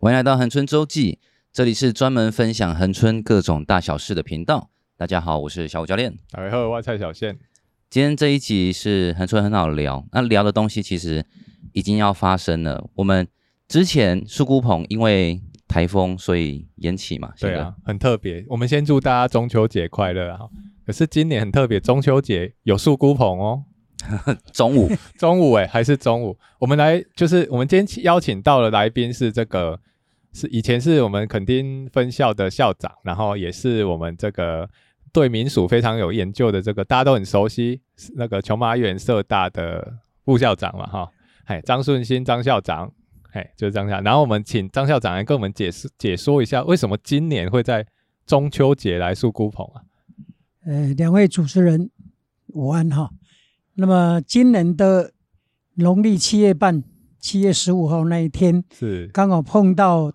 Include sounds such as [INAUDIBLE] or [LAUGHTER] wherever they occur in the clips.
欢迎来到恒春周记，这里是专门分享恒春各种大小事的频道。大家好，我是小五教练。大家好，我是蔡小宪。今天这一集是恒春很好聊，那聊的东西其实已经要发生了。我们之前树菇棚因为台风所以延期嘛，对宪哥啊，，很特别。我们先祝大家中秋节快乐啊！可是今年很特别，中秋节有树菇棚哦，中 [LAUGHS] 午中午哎，还是中午。我们来就是我们今天邀请到的来宾是这个，是以前是我们垦丁分校的校长，然后也是我们这个对民俗非常有研究的这个大家都很熟悉那个琼麻园社大的副校长嘛哈，哎，张顺兴张校长。哎，就是张校长。然后我们请张校长来跟我们解释解说一下，为什么今年会在中秋节来树菇棚啊？呃，两位主持人午安哈。那么今年的农历七月半，七月十五号那一天，是刚好碰到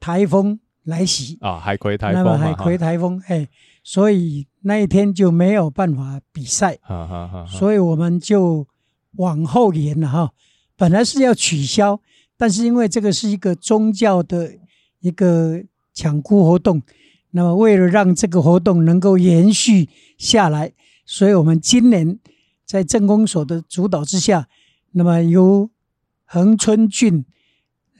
台风来袭，啊，海葵台那风么嘛，海葵台风，哎，所以那一天就没有办法比赛，哈，哈啊哈哈，所以我们就往后延了哈。本来是要取消，但是因为这个是一个宗教的一个抢孤活动，那么为了让这个活动能够延续下来，所以我们今年在政工所的主导之下，那么由恒春郡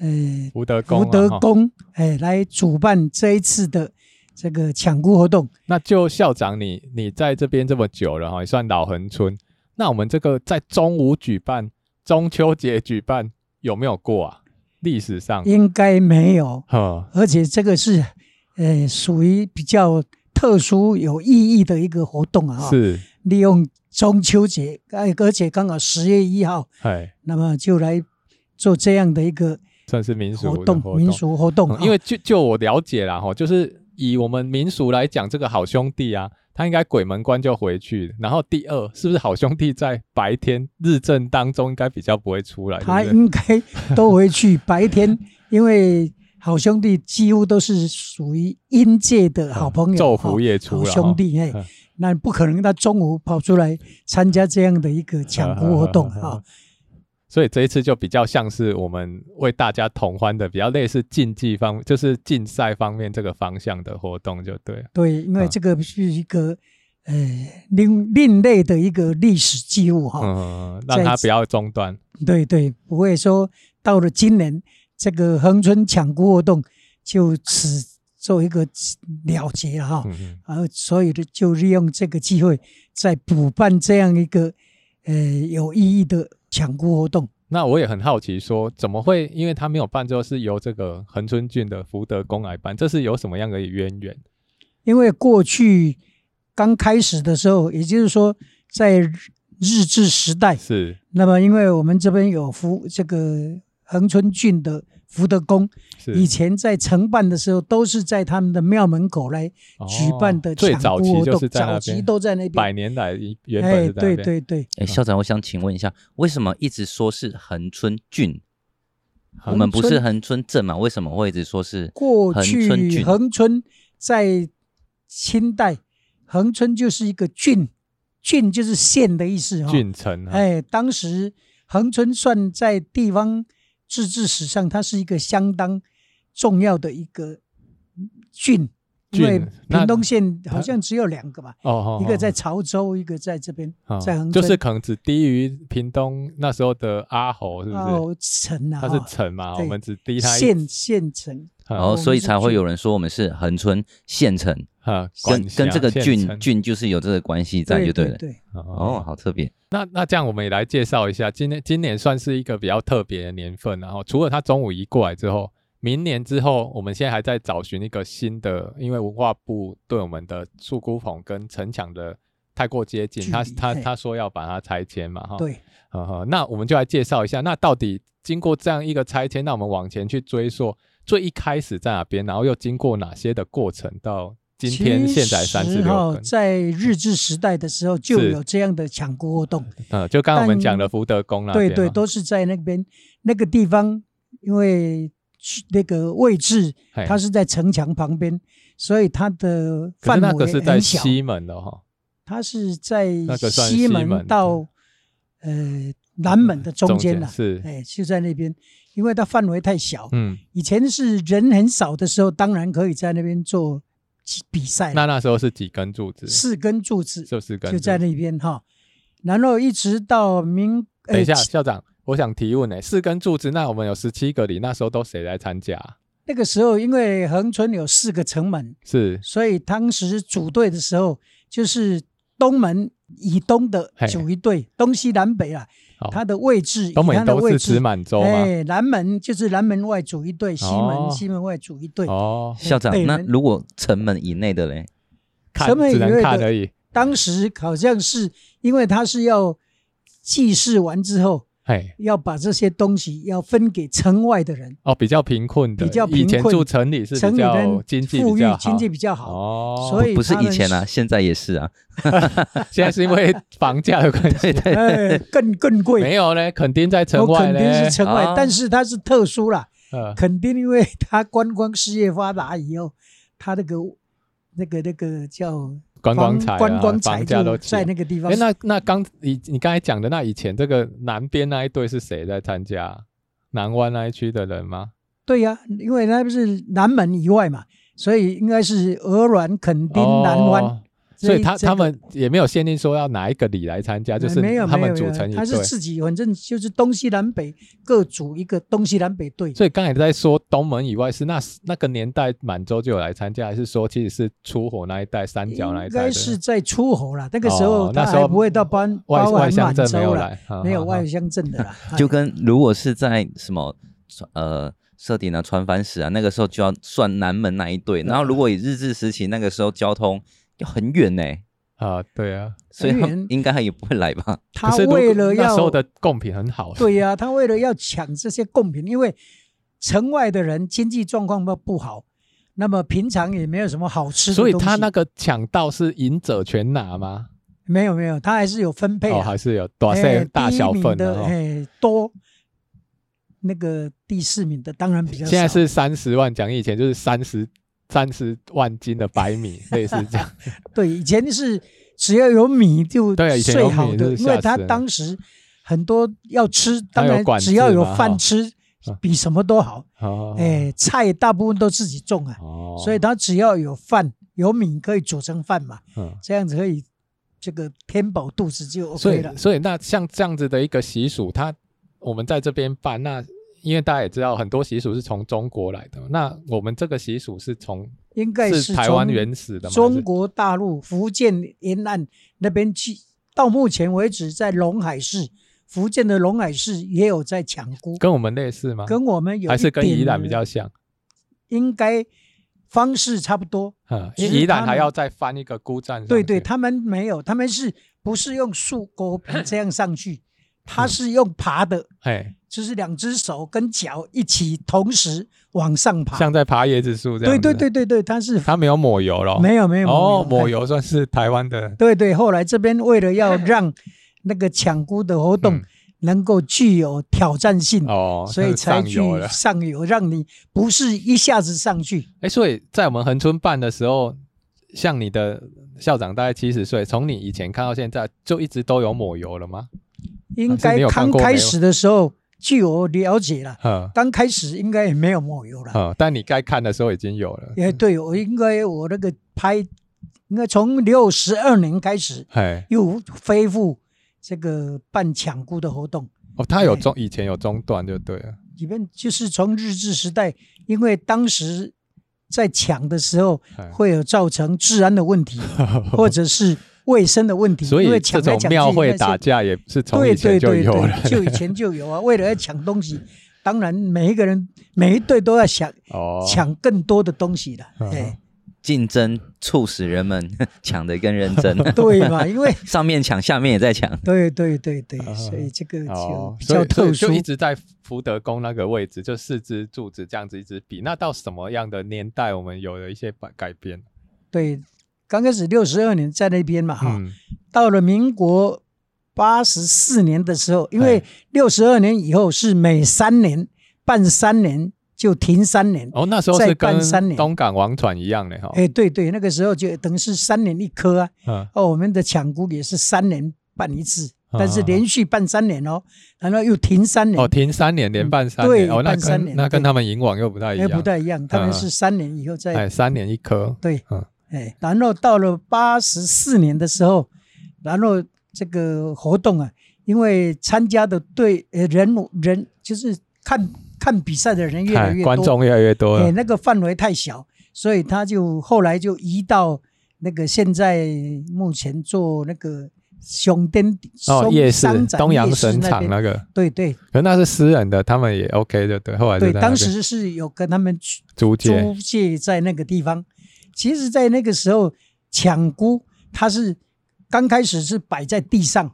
呃福德宫啊，福德哈宫哎来主办这一次的这个抢孤活动。那就校长你，你在这边这么久了哈，也算老恒春。那我们这个在中午举办、中秋节举办有没有过啊？历史上，应该没有，呵，而且这个是呃属于比较特殊有意义的一个活动啊、哈是，利用中秋节，哎，而且刚好十月一号，哎，那么就来做这样的一个算是民俗活的动，活民俗活动、嗯因为就就我了解啦，哈，就是以我们民俗来讲，这个好兄弟啊，他应该鬼门关就回去。然后第二，是不是好兄弟在白天日正当中应该比较不会出来？啊他对不对应该都回去白天， [LAUGHS] 因为好兄弟几乎都是属于阴界的好朋友，嗯昼伏哈夜出好了，兄弟哎嗯，那不可能他中午跑出来参加这样的一个抢孤活动啊。所以这一次就比较像是我们为大家同欢的，比较类似竞技方，就是竞赛方面这个方向的活动，就对了。对，因为嗯这个是一个呃另另类的一个历史记录哈。嗯，让它不要中断。对对，不会说到了今年这个恒春抢孤活动就此做一个了结了哈。嗯嗯，然后所以就就利用这个机会再补办这样一个呃有意义的抢孤活动。那我也很好奇说怎么会？因为他没有办，之后是由这个恒春郡的福德宫来办，这是有什么样的渊源？因为过去刚开始的时候，也就是说在日日治时代，是那么，因为我们这边有福这个恒春郡的福德宫，是，以前在承办的时候都是在他们的庙门口来哦举办的最抢早孤期活就动，是在那早期边，都在那百边。年来原本是在那对边。对对，哎，校长，我想请问一下，为什么一直说是恒春郡？恒我们不是春恒春镇嘛？为什么会一直说是过恒春去郡恒春在清代，恒春就是一个郡，郡就是县的意思哈、郡城、啊，哎，当时恒春算在地方自治史上，它是一个相当重要的一个郡，因为郡那屏东县它好像只有两个吧，哦哦，一个哦在潮州，一个在这边，哦在恒就春，是可能只低于屏东那时候的阿侯，是不是？哦城啊，它是城嘛，对我们只低它一县县城，啊然后，我哦所们以是才会郡有人说我们是恒春县城，啊，管跟跟辖这个县郡城郡就是有这个关系在就对了。对，哦，哦。好特别。那那这样我们也来介绍一下，今年今年算是一个比较特别的年份，然后除了它中午移过来之后，明年之后，我们现在还在找寻一个新的，因为文化部对我们的树菇棚跟城墙的太过接近，距他离他嘿他说要把它拆迁嘛，啊哈，对，呵呵，那我们就来介绍一下，那到底经过这样一个拆迁，那我们往前去追溯，最一开始在哪边，然后又经过哪些的过程，到今天其现在三十实哦六哈根，在日治时代的时候就是有这样的抢孤活动，嗯，就刚刚我们但讲的福德宫那边哦对嘛，对，都是在那边那个地方，因为去那个位置嘿它是在城墙旁边，所以它的可是范那围个是在哦很小。西门的哈，它是在那个算西西门门到呃南门的中间了、是，哎，就在那边，因为它范围太小。嗯，以前是人很少的时候，当然可以在那边做比赛了，那那时候是几根柱子？四根柱子是不是根？就在。那边哈。然后一直到民，等一下，呃校长，我想提问呢、欸四根柱子，那我们有十七个里，那时候都谁来参加啊？那个时候因为恒春有四个城门，是所以当时组队的时候，就是东门以东的嘿组一队，东西南北啊好，它的位置，以东它门的哦都位是指置，哎满洲吗？，南门就是南门外组一队，西哦门西门外组一队。哦，校长北，那门如果城门以内的嘞，看城门只以能内看的而已。当时好像是因为他是要祭祀完之后，嘿，要把这些东西要分给城外的人，哦，比较贫困的，比较贫以前困住城里是城比里的人较经济富比裕较好，经济比较好，哦，所以不是他以们前啊，现在也是啊。现在是因为房价的关 [LAUGHS] 系，哎更更贵。没有呢，肯定在城我外肯呢。定哦是城外啊，但是它是特殊啦，呃，肯定因为它观光事业发达以后，它那个那个那个叫观光财啊，观光财房价都就起来在那个地方哎，。那那刚以你刚才讲的那以前这个南边那一队是谁在参加啊？南湾那一区的人吗？对呀、因为它不是南门以外嘛，所以应该是鹅銮、垦丁、南湾。哦，所以这他这他个们也没有限定说要哪一个里来参加，就呃是没有他没们有组没有成一他是队。自己，反正就是东西南北各组一个东西南北队。所以刚才在说东门以外是那那个年代满洲就有来参加，还是说其实是出火那一带三角那一应带的？该是在出侯啦，那个时候哦他那时候还不会到包外包外含乡满镇没有洲啦，来，啊哈没有哈外哈乡镇的 [LAUGHS] 啦，就哎跟如果是在什么呃设定啊、船帆史啊，那个时候就要算南门那一队。然后如果以日治时期那个时候交通要很远呢、啊，对啊。所以他很们远应该也不会来吧？可他是如果为了那要时候的贡品很好，对呀、他为了要抢这些贡品，因为城外的人经济状况不不好，那么平常也没有什么好吃的所以东西他那个抢到是赢者全拿吗？没有没有，他还是有分配哦，啊还，是有多哎少大小第一名份的的哦。哎多，那个第四名的当然比较少。现在是三十万讲，以前就是三十三十万斤的白米，类似 [LAUGHS] 这样。对，以前是只要有米就对啊以前有最米好就的，是因为吓他死人当时很多要吃，当有然管只要制有嘛哈饭吃啊，比什么都好。哦，哎，菜大部分都自己种啊，哦，所以他只要有饭有米可以煮成饭嘛，嗯，这样子可以这个填饱肚子就所 OK 了以。所以那像这样子的一个习俗，它我们在这边办，那因为大家也知道，很多习俗是从中国来的，那我们这个习俗是从应该是台从湾原始的吗？还中是国大陆福建沿岸那边去，到目前为止在龙海市，福建的龙海市也有在抢菇，跟我们类似吗？跟我们有还是一跟点宜兰比较像？应该方式差不多。嗯，只因是为宜兰他还们要再翻一个孤站上去。对对，他们没有，他们是不是用树钩皮这样上去？他是用爬的，哎，就是两只手跟脚一起同时往上爬。像在爬椰子树这样对子。对对对对，他是它没有抹油咯。没有没有哦，没有抹油算是台湾的对对，后来这边为了要让那个抢菇的活动嗯能够具有挑战性，哦，嗯所以才上去油了。上游，让你不是一下子上去。哎，所以在我们恒春办的时候，像你的校长大概七十岁，从你以前看到现在，就一直都有抹油了吗？还是应你该有看刚过没开有始的时候，据我了解了，嗯刚开始应该也没有抹油了。嗯，但你该看的时候已经有了。也对我应该我那个拍，应该从六十二年开始哎，又恢复这个办抢菇的活动。哦，它有中以前有中断就对了。里面就是从日治时代，因为当时在抢的时候哎会有造成治安 [LAUGHS] 的问题，或者是卫生的问题，所嗯因以为这抢来种抢去庙会那些打架也是从对以前对就对有了。对，就以前就有啊。为了要抢东西，当然每一个人每一队都要想、哦，抢更多的东西的，嗯哎，竞争促使人们 [LAUGHS] 抢得更认真，对嘛？因为 [LAUGHS] 上面抢，下面也在抢。对对对对啊，所以这个就哦，比所较以所特以殊就。一直在福德宫那个位置，就四只柱子这样子一直比。那到什么样的年代，我们有了一些改改变？对，刚开始六十二年在那边嘛，哈、嗯，到了民国八十四年的时候，因为哎六十二年以后是每三年办三年就停三年。哦，那时候再是办三跟年东港王船一样的哈。哎，对对，那个时候就等于是三年一颗啊。嗯哦，我们的抢菇也是三年办一次，但是连续办三年哦，然后又停三年啊嗯哦，停三年连办三对年，哦，那办三跟年那跟对他们银网又不太一哎，不样，啊太一样，他们是三年以后再、哎，三年一颗，对嗯，哎，然后到了八十四年的时候，然后这个活动啊，因为参加的队呃人人就是看看比赛的人越来看越多，哎观众越来越多哎了，哦那个范围太小，所以他就后来就移到那个现在目前做那个熊店哦，夜市商展东阳夜市神那场边那个，对对可那是私人的，他们也 OK 的，对，后来就对，在那当边时是有跟他们去租借，租借在那个地方。其实，在那个时候，抢菇它是刚开始是摆在地上，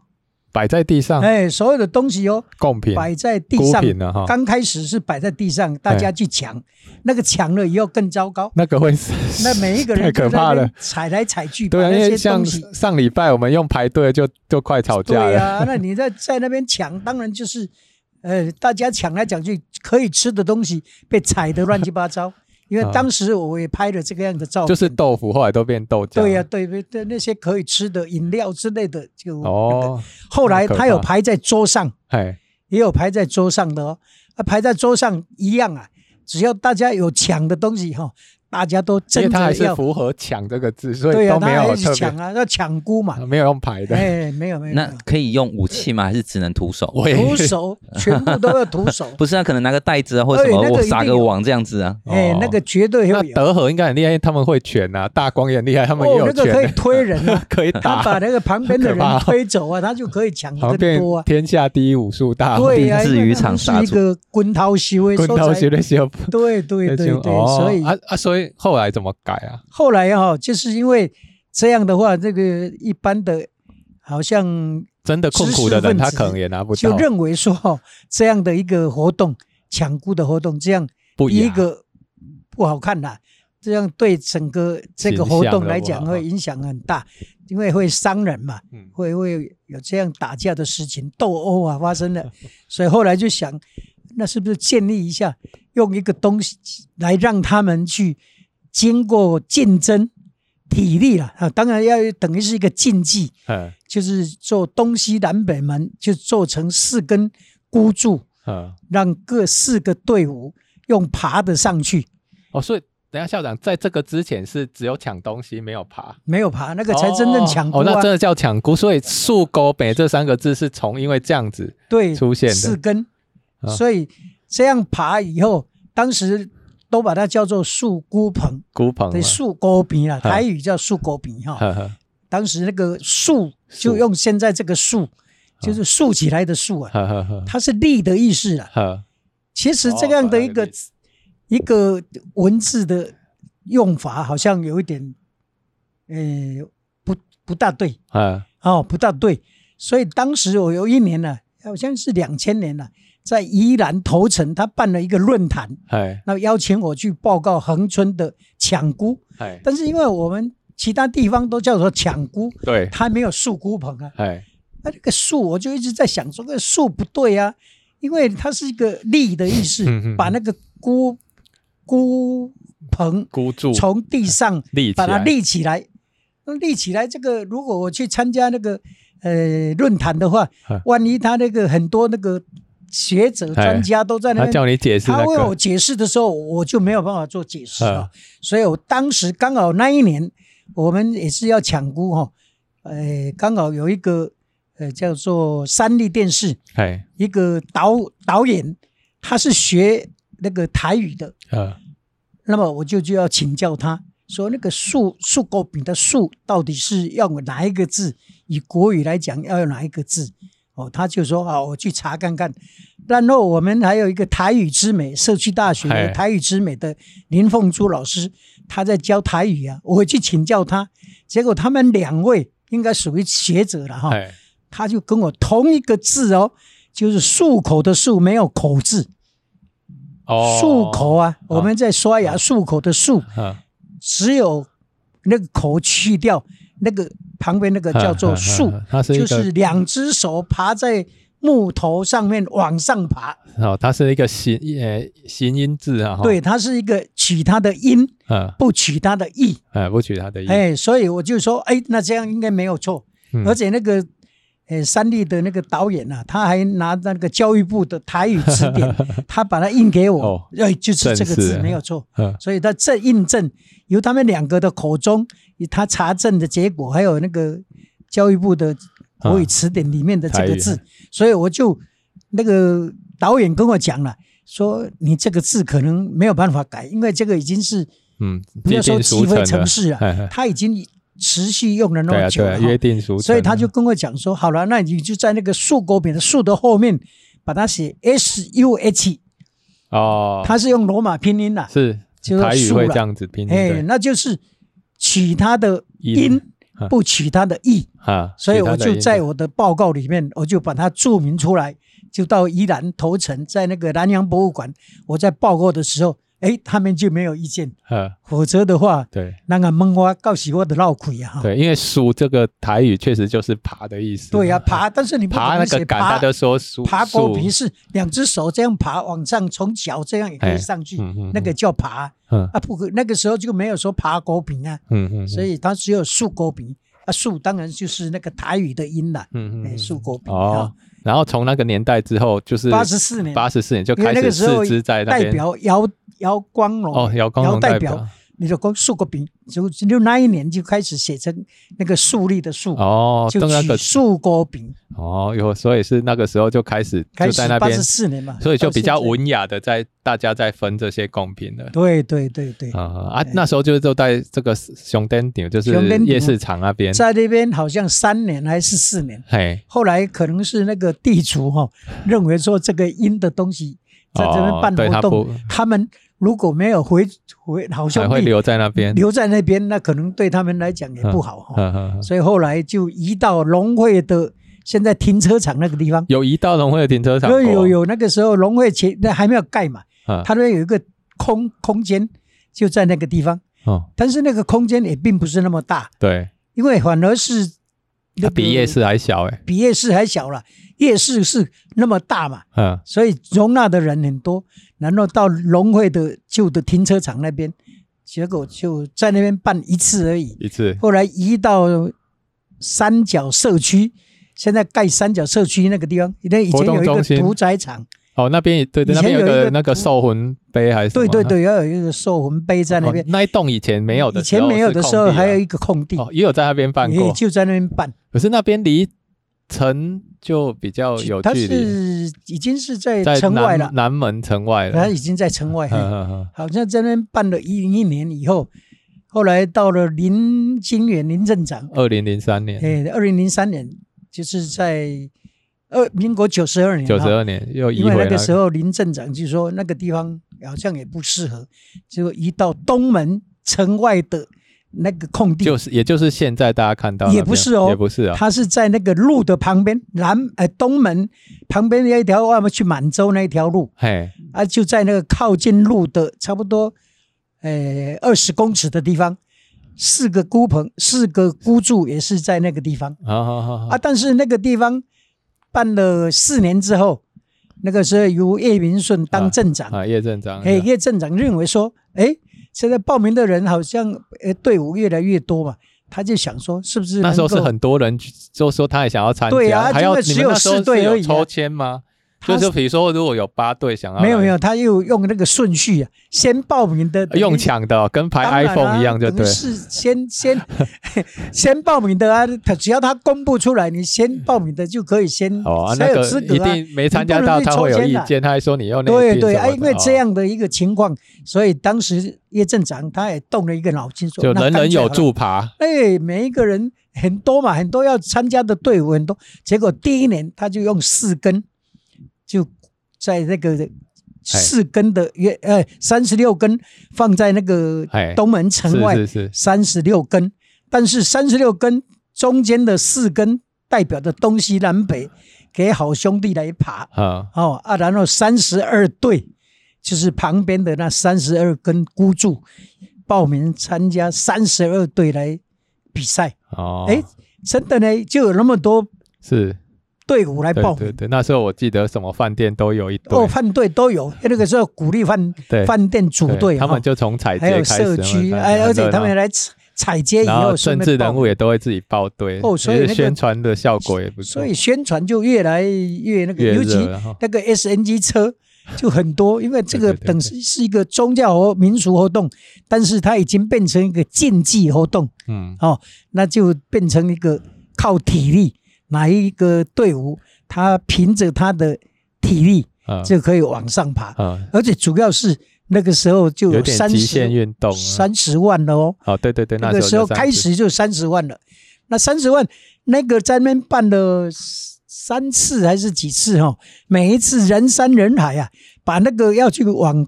摆在地上，哎，所有的东西哦，贡啊品、摆在地孤上。品啊哎了哈，刚开始是摆在地上，大家去抢，那个抢了以后更糟糕。那个会那每一个太人可就在那怕边了。踩来踩去，对啊，把因那为些像东西，上礼拜我们用排队就就快吵架对了，啊，那你在在那边抢，当然就是，呃，大家抢来抢去，可以吃的东西被踩得乱七八糟。因为当时我也拍了这个样的照片，啊就是豆腐后来都变豆浆。哦对啊呀、对对对，那些可以吃的饮料之类的就、那个哦，后来那么可怕他有排在桌上，哎，也有排在桌上的哦。啊，排在桌上一样啊，只要大家有抢的东西哈、大家都因为争它着还是要。符合“抢”这个字，所对以呀、都他没有还特是抢别，啊，要抢菇嘛。没有用排的。哎，没有没有，那没有可以用武器吗？还是只能徒手？我也徒手全部都要徒手。不是啊，可能拿个袋子啊，或者哎什么，那个我一定撒个有网这样子啊。哎哦，那个绝 [LAUGHS] 对那会有。德和应该很厉害，因为他们会拳呐，大光也很厉害，他们也哦，有那个可以拳，，推人 [LAUGHS] 啊可以他打把，那个旁边的好可怕人哦推走啊，他就可以抢好像得更变多啊。天下第一武术大会，对呀、定制因为渔他们场是杀一猪个滚头修 [LAUGHS] 的滚所刀学在。的修，对对对对，哦所以啊啊，所以后来怎么改啊？后来哈、就是因为这样的话，这个一般的，好像真的困苦的人，他可能也拿不就到，认为说哈、这样的一个活动，抢กู้的活动，这样不第雅一个不好看啦，这样对整个这个活动来形象都讲不好会影响很大，因为会伤人嘛，嗯会会有这样打架的事情、斗殴啊发 [LAUGHS] 生了，所以后来就想，那是不是建立一下，用一个东西来让他们去经过竞争体力了啊，当然要等于是一个竞技，嗯就是做东西南北门，就做成四根孤柱，嗯，让各四个队伍用爬的上去，哦，所以等一下校长在这个之前是只有抢东西没有爬。没有爬，那个才真正抢哦过哦，那啊。真的叫抢菇。所以“树沟北”这三个字是从因为这样子，对，出现的四根啊，所以这样爬以后，当时都把它叫做树菇棚，菇棚对，嘛树沟皮啊，啊台语叫树沟皮哈。呵呵当时那个树就用现在这个树，啊就是竖起来的树啊，呵呵呵它是立的意思啊。呵，其实这样的一哦个本来的意思一个文字的用法，好像有一点，呃，不不大对。嗯哦，不大对。所以当时我有一年呢、好像是两千年了、在宜兰头城，他办了一个论坛，哎那邀请我去报告恒春的抢菇。哎，但是因为我们其他地方都叫做抢菇，对，他没有树菇棚啊。哎那这个树，我就一直在想说，这个树不对啊，因为它是一个立的意思嗯嗯嗯，把那个菇菇棚菇柱从地上立起把它来，立起来。那立起来，这个如果我去参加那个呃论坛的话嗯，哎万一他那个很多那个学者专家都在那他边，叫你解释他那为我个，解释的时候，我就没有办法做解释啊。所以我当时刚好那一年，我们也是要抢估哈，呃，刚好有一个呃叫做三立电视哎一个导导演，他是学那个台语的，呃那么我就就要请教他说，那个树树狗饼的树到底是要用哪一个字？以国语来讲，要用哪一个字？哦，他就说好，我去查看看。然后我们还有一个台语之美社区大学嗨的台语之美的林凤珠老师，他在教台语啊，我去请教他。结果他们两位应该属于学者了哈，哎他就跟我同一个字哦，就是漱口的漱，没有口字，哦漱口啊，我们在刷牙漱口的漱。嗯只有那个口去掉，那个旁边那个叫做树嗯嗯嗯嗯，它是一就个是两只手爬在木头上面往上爬。哦，它是一个形呃形音字啊，哈对，它是一个取它的音，嗯不取它的意。哎不取它的意，哎，所以我就说，哎，那这样应该没有错。嗯而且那个，呃三立的那个导演啊，他还拿那个教育部的台语 [LAUGHS] 词典，他把它印给我哦，哎、就是这个正字是没有错。嗯所以他这印证由他们两个的口中，以他查证的结果，还有那个教育部的国语词典里面的这个字，台所以我就那个导演跟我讲了，说你这个字可能没有办法改，因为这个已经是嗯，不要既说定积俗非成成的，是嘿啊嘿，他已经持续用了那哎对么啊久对了啊，哈，约定俗成啊，所以他就跟我讲说，好了，那你就在那个树沟边的树的后面把它写 S U H，哦，它是用罗马拼音啦、是就是台语树会啦这样子拼音哎，对啊那就是取它的音音，啊不取它的意。啊，所以其他我的就音在我的报告里面，我就把它注明出来，就到宜兰头城，在那个南洋博物馆，我在报告的时候，哎，他们就没有意见。呃否则的话，对那个蒙我告诉我的闹鬼啊！哈对，因为“书”这个台语确实就是爬的意思，对呀、爬，但是你不爬可那能写个杆，大爬家都说“书”，爬树狗皮是两只手这样爬往上，从脚这样也可以哎上去，嗯嗯那个叫爬嗯啊。不可，那个时候就没有说爬狗皮啊。嗯嗯，所以以它只有竖钩鼻啊，竖当然就是那个台语的音啦，嗯哎，竖钩鼻哦啊，，然后从那个年代之后就是八十四年，八十四年就因为开那始个时候四肢在哎那代边表姚姚光荣哦，姚光荣代表，你就光竖个鼻，就就那一年就开始写成那个竖立的竖，哦，就从那取个竖钩鼻，哦，有所以是那个时候就开始开就始在那八边十，四年嘛，所以就比较到现在。文雅的在大家在分这些贡品了。哦对对对对，啊啊！那时候就是都在这个熊登顶，就是熊登顶夜市场那边，在那边好像三年还是四年，嘿，后来可能是那个地 [LAUGHS] 主哈、认为说这个阴的东西在这边办哦对活他动，不他们如果没有回回好兄还会弟留在那边。嗯留在那边，那可能对他们来讲也不好哈、呵呵呵所以后来就移到龙会的现在停车场那个地方，哎有移到农会的停车场过，有有有那个时候龙会前那还没有盖嘛，啊，它那边有一个空空间就在那个地方，哦，但是那个空间也并不是那么大，对，因为反而是、那它个、比夜市还小哎，比夜市还小了，夜市是那么大嘛，嗯，所以容纳的人很多。然后到龙会的旧的停车场那边，结果就在那边办一次而已。一次后来移到三角社区，现在盖三角社区那个地方，那以前活动有一个中心屠宰场，哦，那边也对对，以那前边有一有一个嗯个那个兽魂碑还是什对么嗯对，对，要有一个兽魂碑在那哦边。那一栋以前没有的以时前候是空地啊，没有的时候，还有一个空地，哦，也有在那边办也过，哦就在那边办。可是那边离城就比较有它距离，是已经是在在城外了南，南门城外它了，嗯已经在城外。呵嘿呵呵好像在那边办了一一年以后，后来到了林清远林镇长，二零零三年，哎，二零零三年，就是在二民国九十二年，九十哈二年又移因回为来那个时候林镇长就说那个地方好像也不适合，就移到东门城外的那个空地，就是也就是现在大家看到那也边不是哦也不是啊，它是在那个路的旁边，南呃东门旁边有一条啊我们去满洲那一条路嘿，啊，就在那个靠近路的差不多呃二十公尺的地方，四个孤棚，四个孤柱也是在那个地方好好好好啊。但是那个地方办了四年之后，那个时候由叶明顺当镇长，啊，叶正章，哎，叶镇长认为说，哎，现在报名的人好像呃队伍越来越多嘛，他就想说是不是那时候能够是很多人去就说他也想要参加，对啊还要因为你只们有那时候四队是有而已啊抽签吗？他就是是比如说，如果有八队想要没有来没有，他又用那个顺序啊，先报名的用抢的哦，跟排当然啊 iPhone 一样，就等于对。是先先 [LAUGHS] 先报名的啊，他只要他公布出来，你先报名的就可以先哦，啊才那有个资一格啊。定没参加到，你不他会能去抽有签意啊见，他还说你又内对定对，什么啊，的因为哦这样的一个情况，所以当时叶镇长他也动了一个脑筋说，就那人干人脆有好了助爬，哎，每一个人很多嘛，很多要参加的队伍很多。结果第一年他就用四根，就在那个哎四根的约呃三十六根放在那个哎东门城外是是是，三十六根，但是三十六根中间的四根代表的东西南北给好兄弟来爬啊哦啊，然后三十二队就是旁边的那三十二根孤柱报名参加三十二队来比赛。哦，哎、真的呢，就有那么多是，队伍来对报对名，对，那时候我记得什么饭店都有一队哦，，饭队都有。那个时候鼓励饭对饭店组对队，他哈们就从彩还街有开始社嘛，区，那哎，很而且热他闹们来采踩街以然后后顺政便治报人物也都会自己报对，哦所其以实那个宣传的效果也不错，所以宣传就越来越那个，越尤其热了哈。那个 SNG 车就很多，因为这个对对对等是是一个宗教和民俗活动，但是它已经变成一个竞技活动嗯，哦，那就变成一个靠体力，哪一个队伍他凭着他的体力啊就可以往上爬，啊，而且主要是那个时候就有有点三极限十运动啊。三十万了哦，哦，对对对，那那个时时候候就开30，始就三十万了，那三十万那个在那边办了三次还是几次哦，每一次人山人海啊，把那个要去往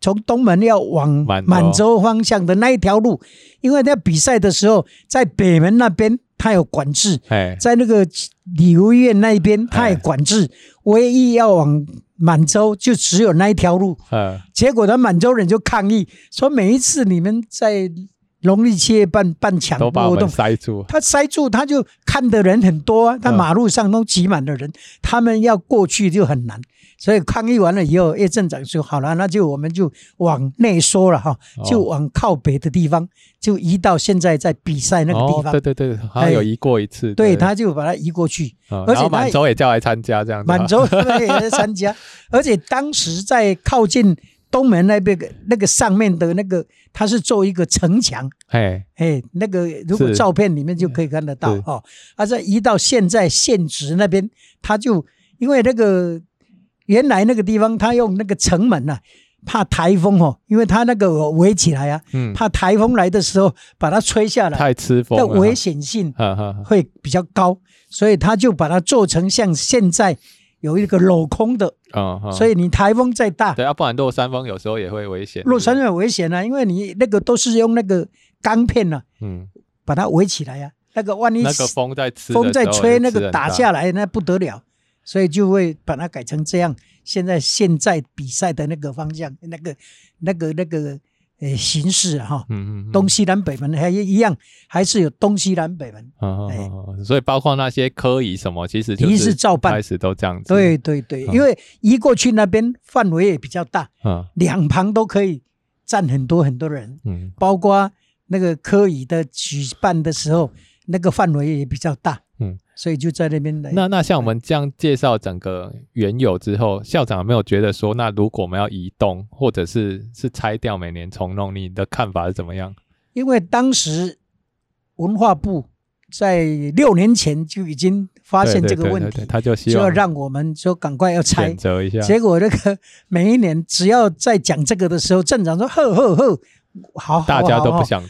从东门要往满洲满洲方向的那一条路，因为在比赛的时候，在北门那边它有管制，哎，在那个旅游院那一边它也哎管制，唯一要往满洲就只有那一条路，嗯，结果呢，满洲人就抗议说，每一次你们在农历七月办办抢都购把我活们动，塞住，他塞住，他就看的人很多啊，他嗯马路上都挤满了人，他们要过去就很难。所以抗议完了以后，叶镇长说好了，那就我们就往内缩了哈哦，就往靠北的地方，就移到现在在比赛那个地哦，方哎对。对对，好像有移过一次，对，他就把它移过去，嗯，而然且后他满洲也叫来参加这样子，满洲他们也在参 [LAUGHS] 加，而且当时在靠近东门那边那个上面的那个，它是做一个城墙，哎，哎，那个如果是照片里面就可以看得到对哦。啊，这移到现在现址那边，他就因为那个原来那个地方，他用那个城门啊，怕台风哦，因为他那个有围起来啊，嗯，怕台风来的时候把它吹下来，太吃风的了，嗯危险性哈哈哈，会比较高，所以他就把它做成像现在有一个镂空的，嗯，嗯所以你台风再 [LAUGHS] 大，对，要啊不然落山风有时候也会危险，落山很危险啊，因为你那个都是用那个钢片啊，嗯，把它围起来啊，那个万一那个风在吃的时候风也吃在很大，吹，那个打下来那不得了，所以就会把它改成这样。现在现在比赛的那个方向，那个那个那个呃形式啊哈、嗯，嗯嗯，东西南北门还一样，还是有东西南北门。嗯，嗯嗯嗯所以包括那些科仪什么，其实就哎仪是式照办开始都这样子，对，对对，嗯因为移过去那边范围也比较大，嗯两旁都可以站很多很多人，嗯包括那个科仪的举办的时候，那个范围也比较大，嗯，所以就在那边来。那那像我们这样介绍整个原有之后，校长有没有觉得说，那如果我们要移动，或者是是拆掉每年重弄，你的看法是怎么样？因为当时文化部在六年前就已经发现对这对个问对对题对，他就就希要望让我们说赶快要拆选。择一下，结果那个每一年只要在讲这个的时候，镇长说呵呵呵，好好好，大家都不好想，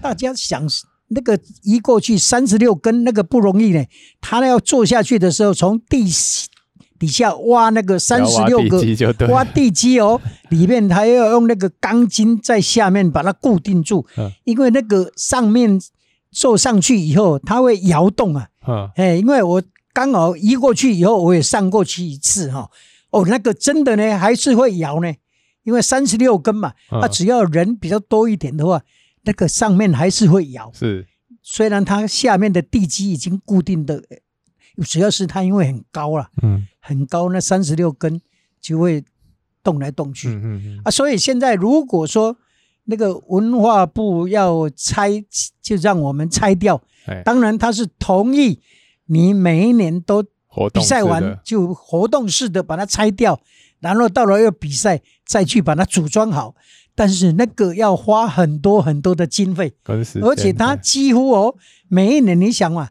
大家想那个移过去三十六根那个不容易呢，他要做下去的时候，从地底下挖那个不要三十挖六地个基就对了，挖地基哦，里面还要用那个钢筋在下面把它固定住，嗯因为那个上面坐上去以后，它会摇动啊。嗯哎，因为我刚好移过去以后，我也上过去一次哈、哦，那个真的呢还是会摇呢，因为三十六根嘛，嗯啊，只要人比较多一点的话，那个上面还是会摇。是，虽然它下面的地基已经固定的，呃主要是它因为很高了，嗯很高，那三十六根就会动来动去。嗯嗯嗯，啊，所以现在如果说那个文化部要拆，就让我们拆掉哎。当然，他是同意你每一年都活比动赛式完的就活动式的把它拆掉，然后到了要比赛再去把它组装好。但是那个要花很多很多的经费，跟时间，而且它对几乎哦，每一年你想嘛，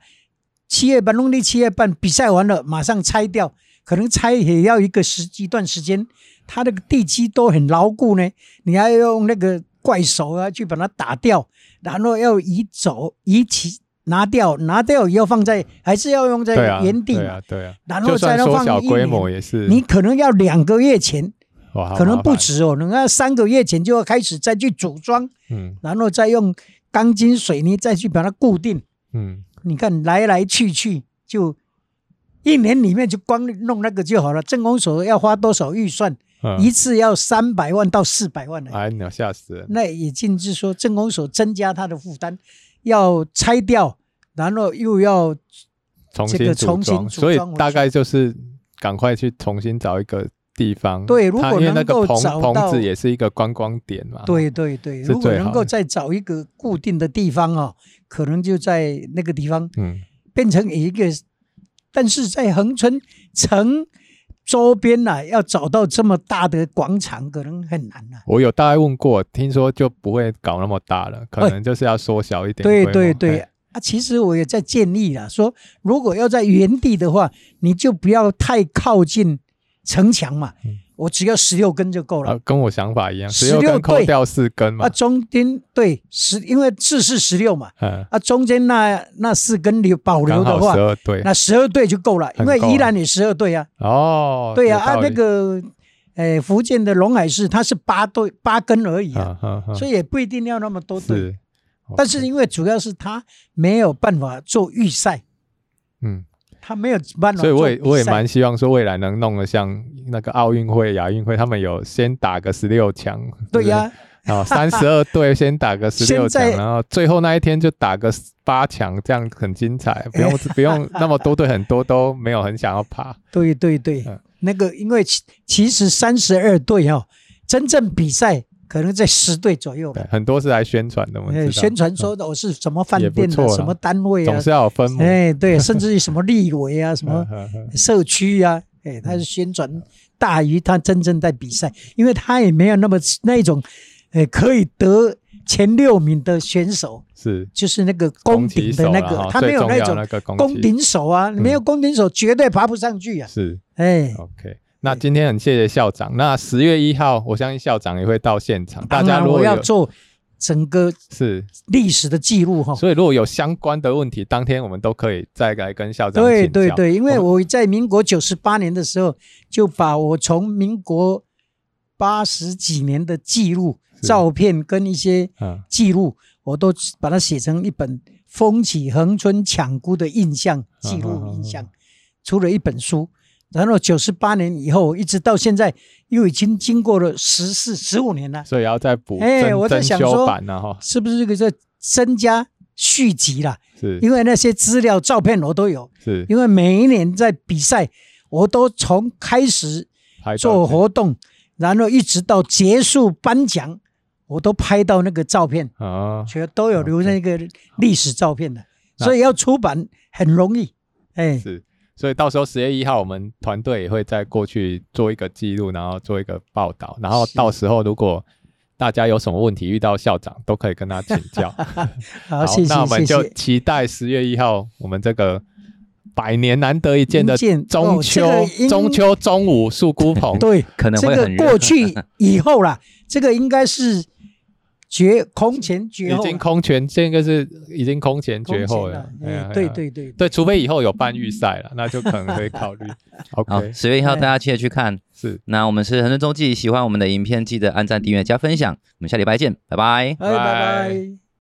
七月半农历七月半比赛完了，马上拆掉，可能拆也要一个时一段时间，它那个地基都很牢固呢，你还要用那个怪手啊去把它打掉，然后要移走移起。拿掉，拿掉以后放在，还是要用在对啊原地嘛对啊对啊，然后就再算要缩放小一规年模也是，你可能要两个月前，哇好啊可能麻不烦止哦，你看三个月前就要开始再去组装，嗯然后再用钢筋水泥再去把它固定。嗯，你看来来去去就一年里面就光弄那个就好了。政工所要花多少预算？嗯一次要三百万到四百万呢、哎，你吓死人，那也就是说，政工所增加它的负担，要拆掉，然后又要重这个新重组新装，组所以装回大去概就是赶快去重新找一个地方。对如它果因为那能个够棚找棚到子也是一个观光点嘛。对对对，啊是如果最能好够的再找一个固定的地方哦，可能就在那个地方嗯，变成一个，但是在恒春城周边呐、要找到这么大的广场，可能很难啊。我有大概问过，听说就不会搞那么大了，可哎能就是要缩小一点规对模。对对哎，啊，其实我也在建议啦，说如果要在原地的话，你就不要太靠近城墙嘛，嗯我只要十六根就够了。啊，跟我想法一样，十16六根扣对掉四根嘛啊，。中间对十，因为四是十六嘛，嗯，啊，中间那那四根留保留刚的好话十，二对。那十二队就够了，很因够为啊宜兰也十二队啊，哦，对啊，有啊道那理 [LAUGHS] 个，呃，福建的龙海市它是八队八根而已啊，啊啊啊所以也不一定要那么多队，是，哦但是因为主要是他没有办法做预赛，嗯，他没有办法所以做我也我也比赛蛮希望说未来能弄得像那个奥运会、亚运会，他们有先打个十六强，对呀、然后哦三十二队先打个十六 [LAUGHS] 现强在，然后最后那一天就打个八强，这样很精彩，不哎用不 [LAUGHS] 用那么多队，很多都没有很想要爬，对对对，嗯那个因为其其实三十二队哦，真正比赛可能在十队左右对了，很多是来宣传的，我们知呃，道嗯宣传说的我是什么饭也不店啊，错啦什么单位啊总，是要有分母， [LAUGHS] 哎，对，甚至于什么立委啊，什么呵。呵呵社区啊，哎，嗯他是宣传大于他真正在比赛，因为他也没有那么那种，呃，可以得前六名的选手，是就是那个攻顶的手那啦个哈，他最没有重那要种那个嗯攻攻击顶手啊，没有攻顶手绝对爬不上去啊，是。哎， OK，那今天很谢谢校长。那十月一号，我相信校长也会到现场。大当家然如果我要有做整个是，历史的记录哈。所以如果有相关的问题，当天我们都可以再来跟校长对请教对，对，因为我我在民国九十八年的时候，就把我从民国八十几年的记录、是照片跟一些嗯，记录，我都把它写成一本《风起恒春抢孤的印象记 [LAUGHS] 啊录印象》，出了一本书。然后九十八年以后，一直到现在，又已经经过了十四、十五年了，所以要再补哎增我在增想修说版啊然后是不是这个在增加续集啦？是因为那些资料、照片我都有，是因为每一年在比赛，我都从开始拍做照片活动，然后一直到结束颁奖，我都拍到那个照片。啊，全都有留 OK 那个历史照片的，那所以要出版很容易。哎，是。所以到时候十月一号，我们团队也会再过去做一个记录，然后做一个报道。然后是到时候如果大家有什么问题遇到校长，都可以跟他请 [LAUGHS] 教。好，谢谢那我谢们就谢。期待十月一号我们这个百年难得一见的一见中哦秋、这个应，中秋中午树菇棚对，可能这会个很热过去以后啦，这个应该是绝空前绝已后啦，经空前，这个是已经空前哦空绝后前了。哎呀哎，对。哎呀对对对，除非以后有办预赛了，那就可能可以考 [LAUGHS] 虑。好， OK，十月一号对大家记得去看。是，那我们是恒春周记，喜欢我们的影片记得按赞、订阅、加分享。我们下礼拜见，拜拜。哎，拜拜拜。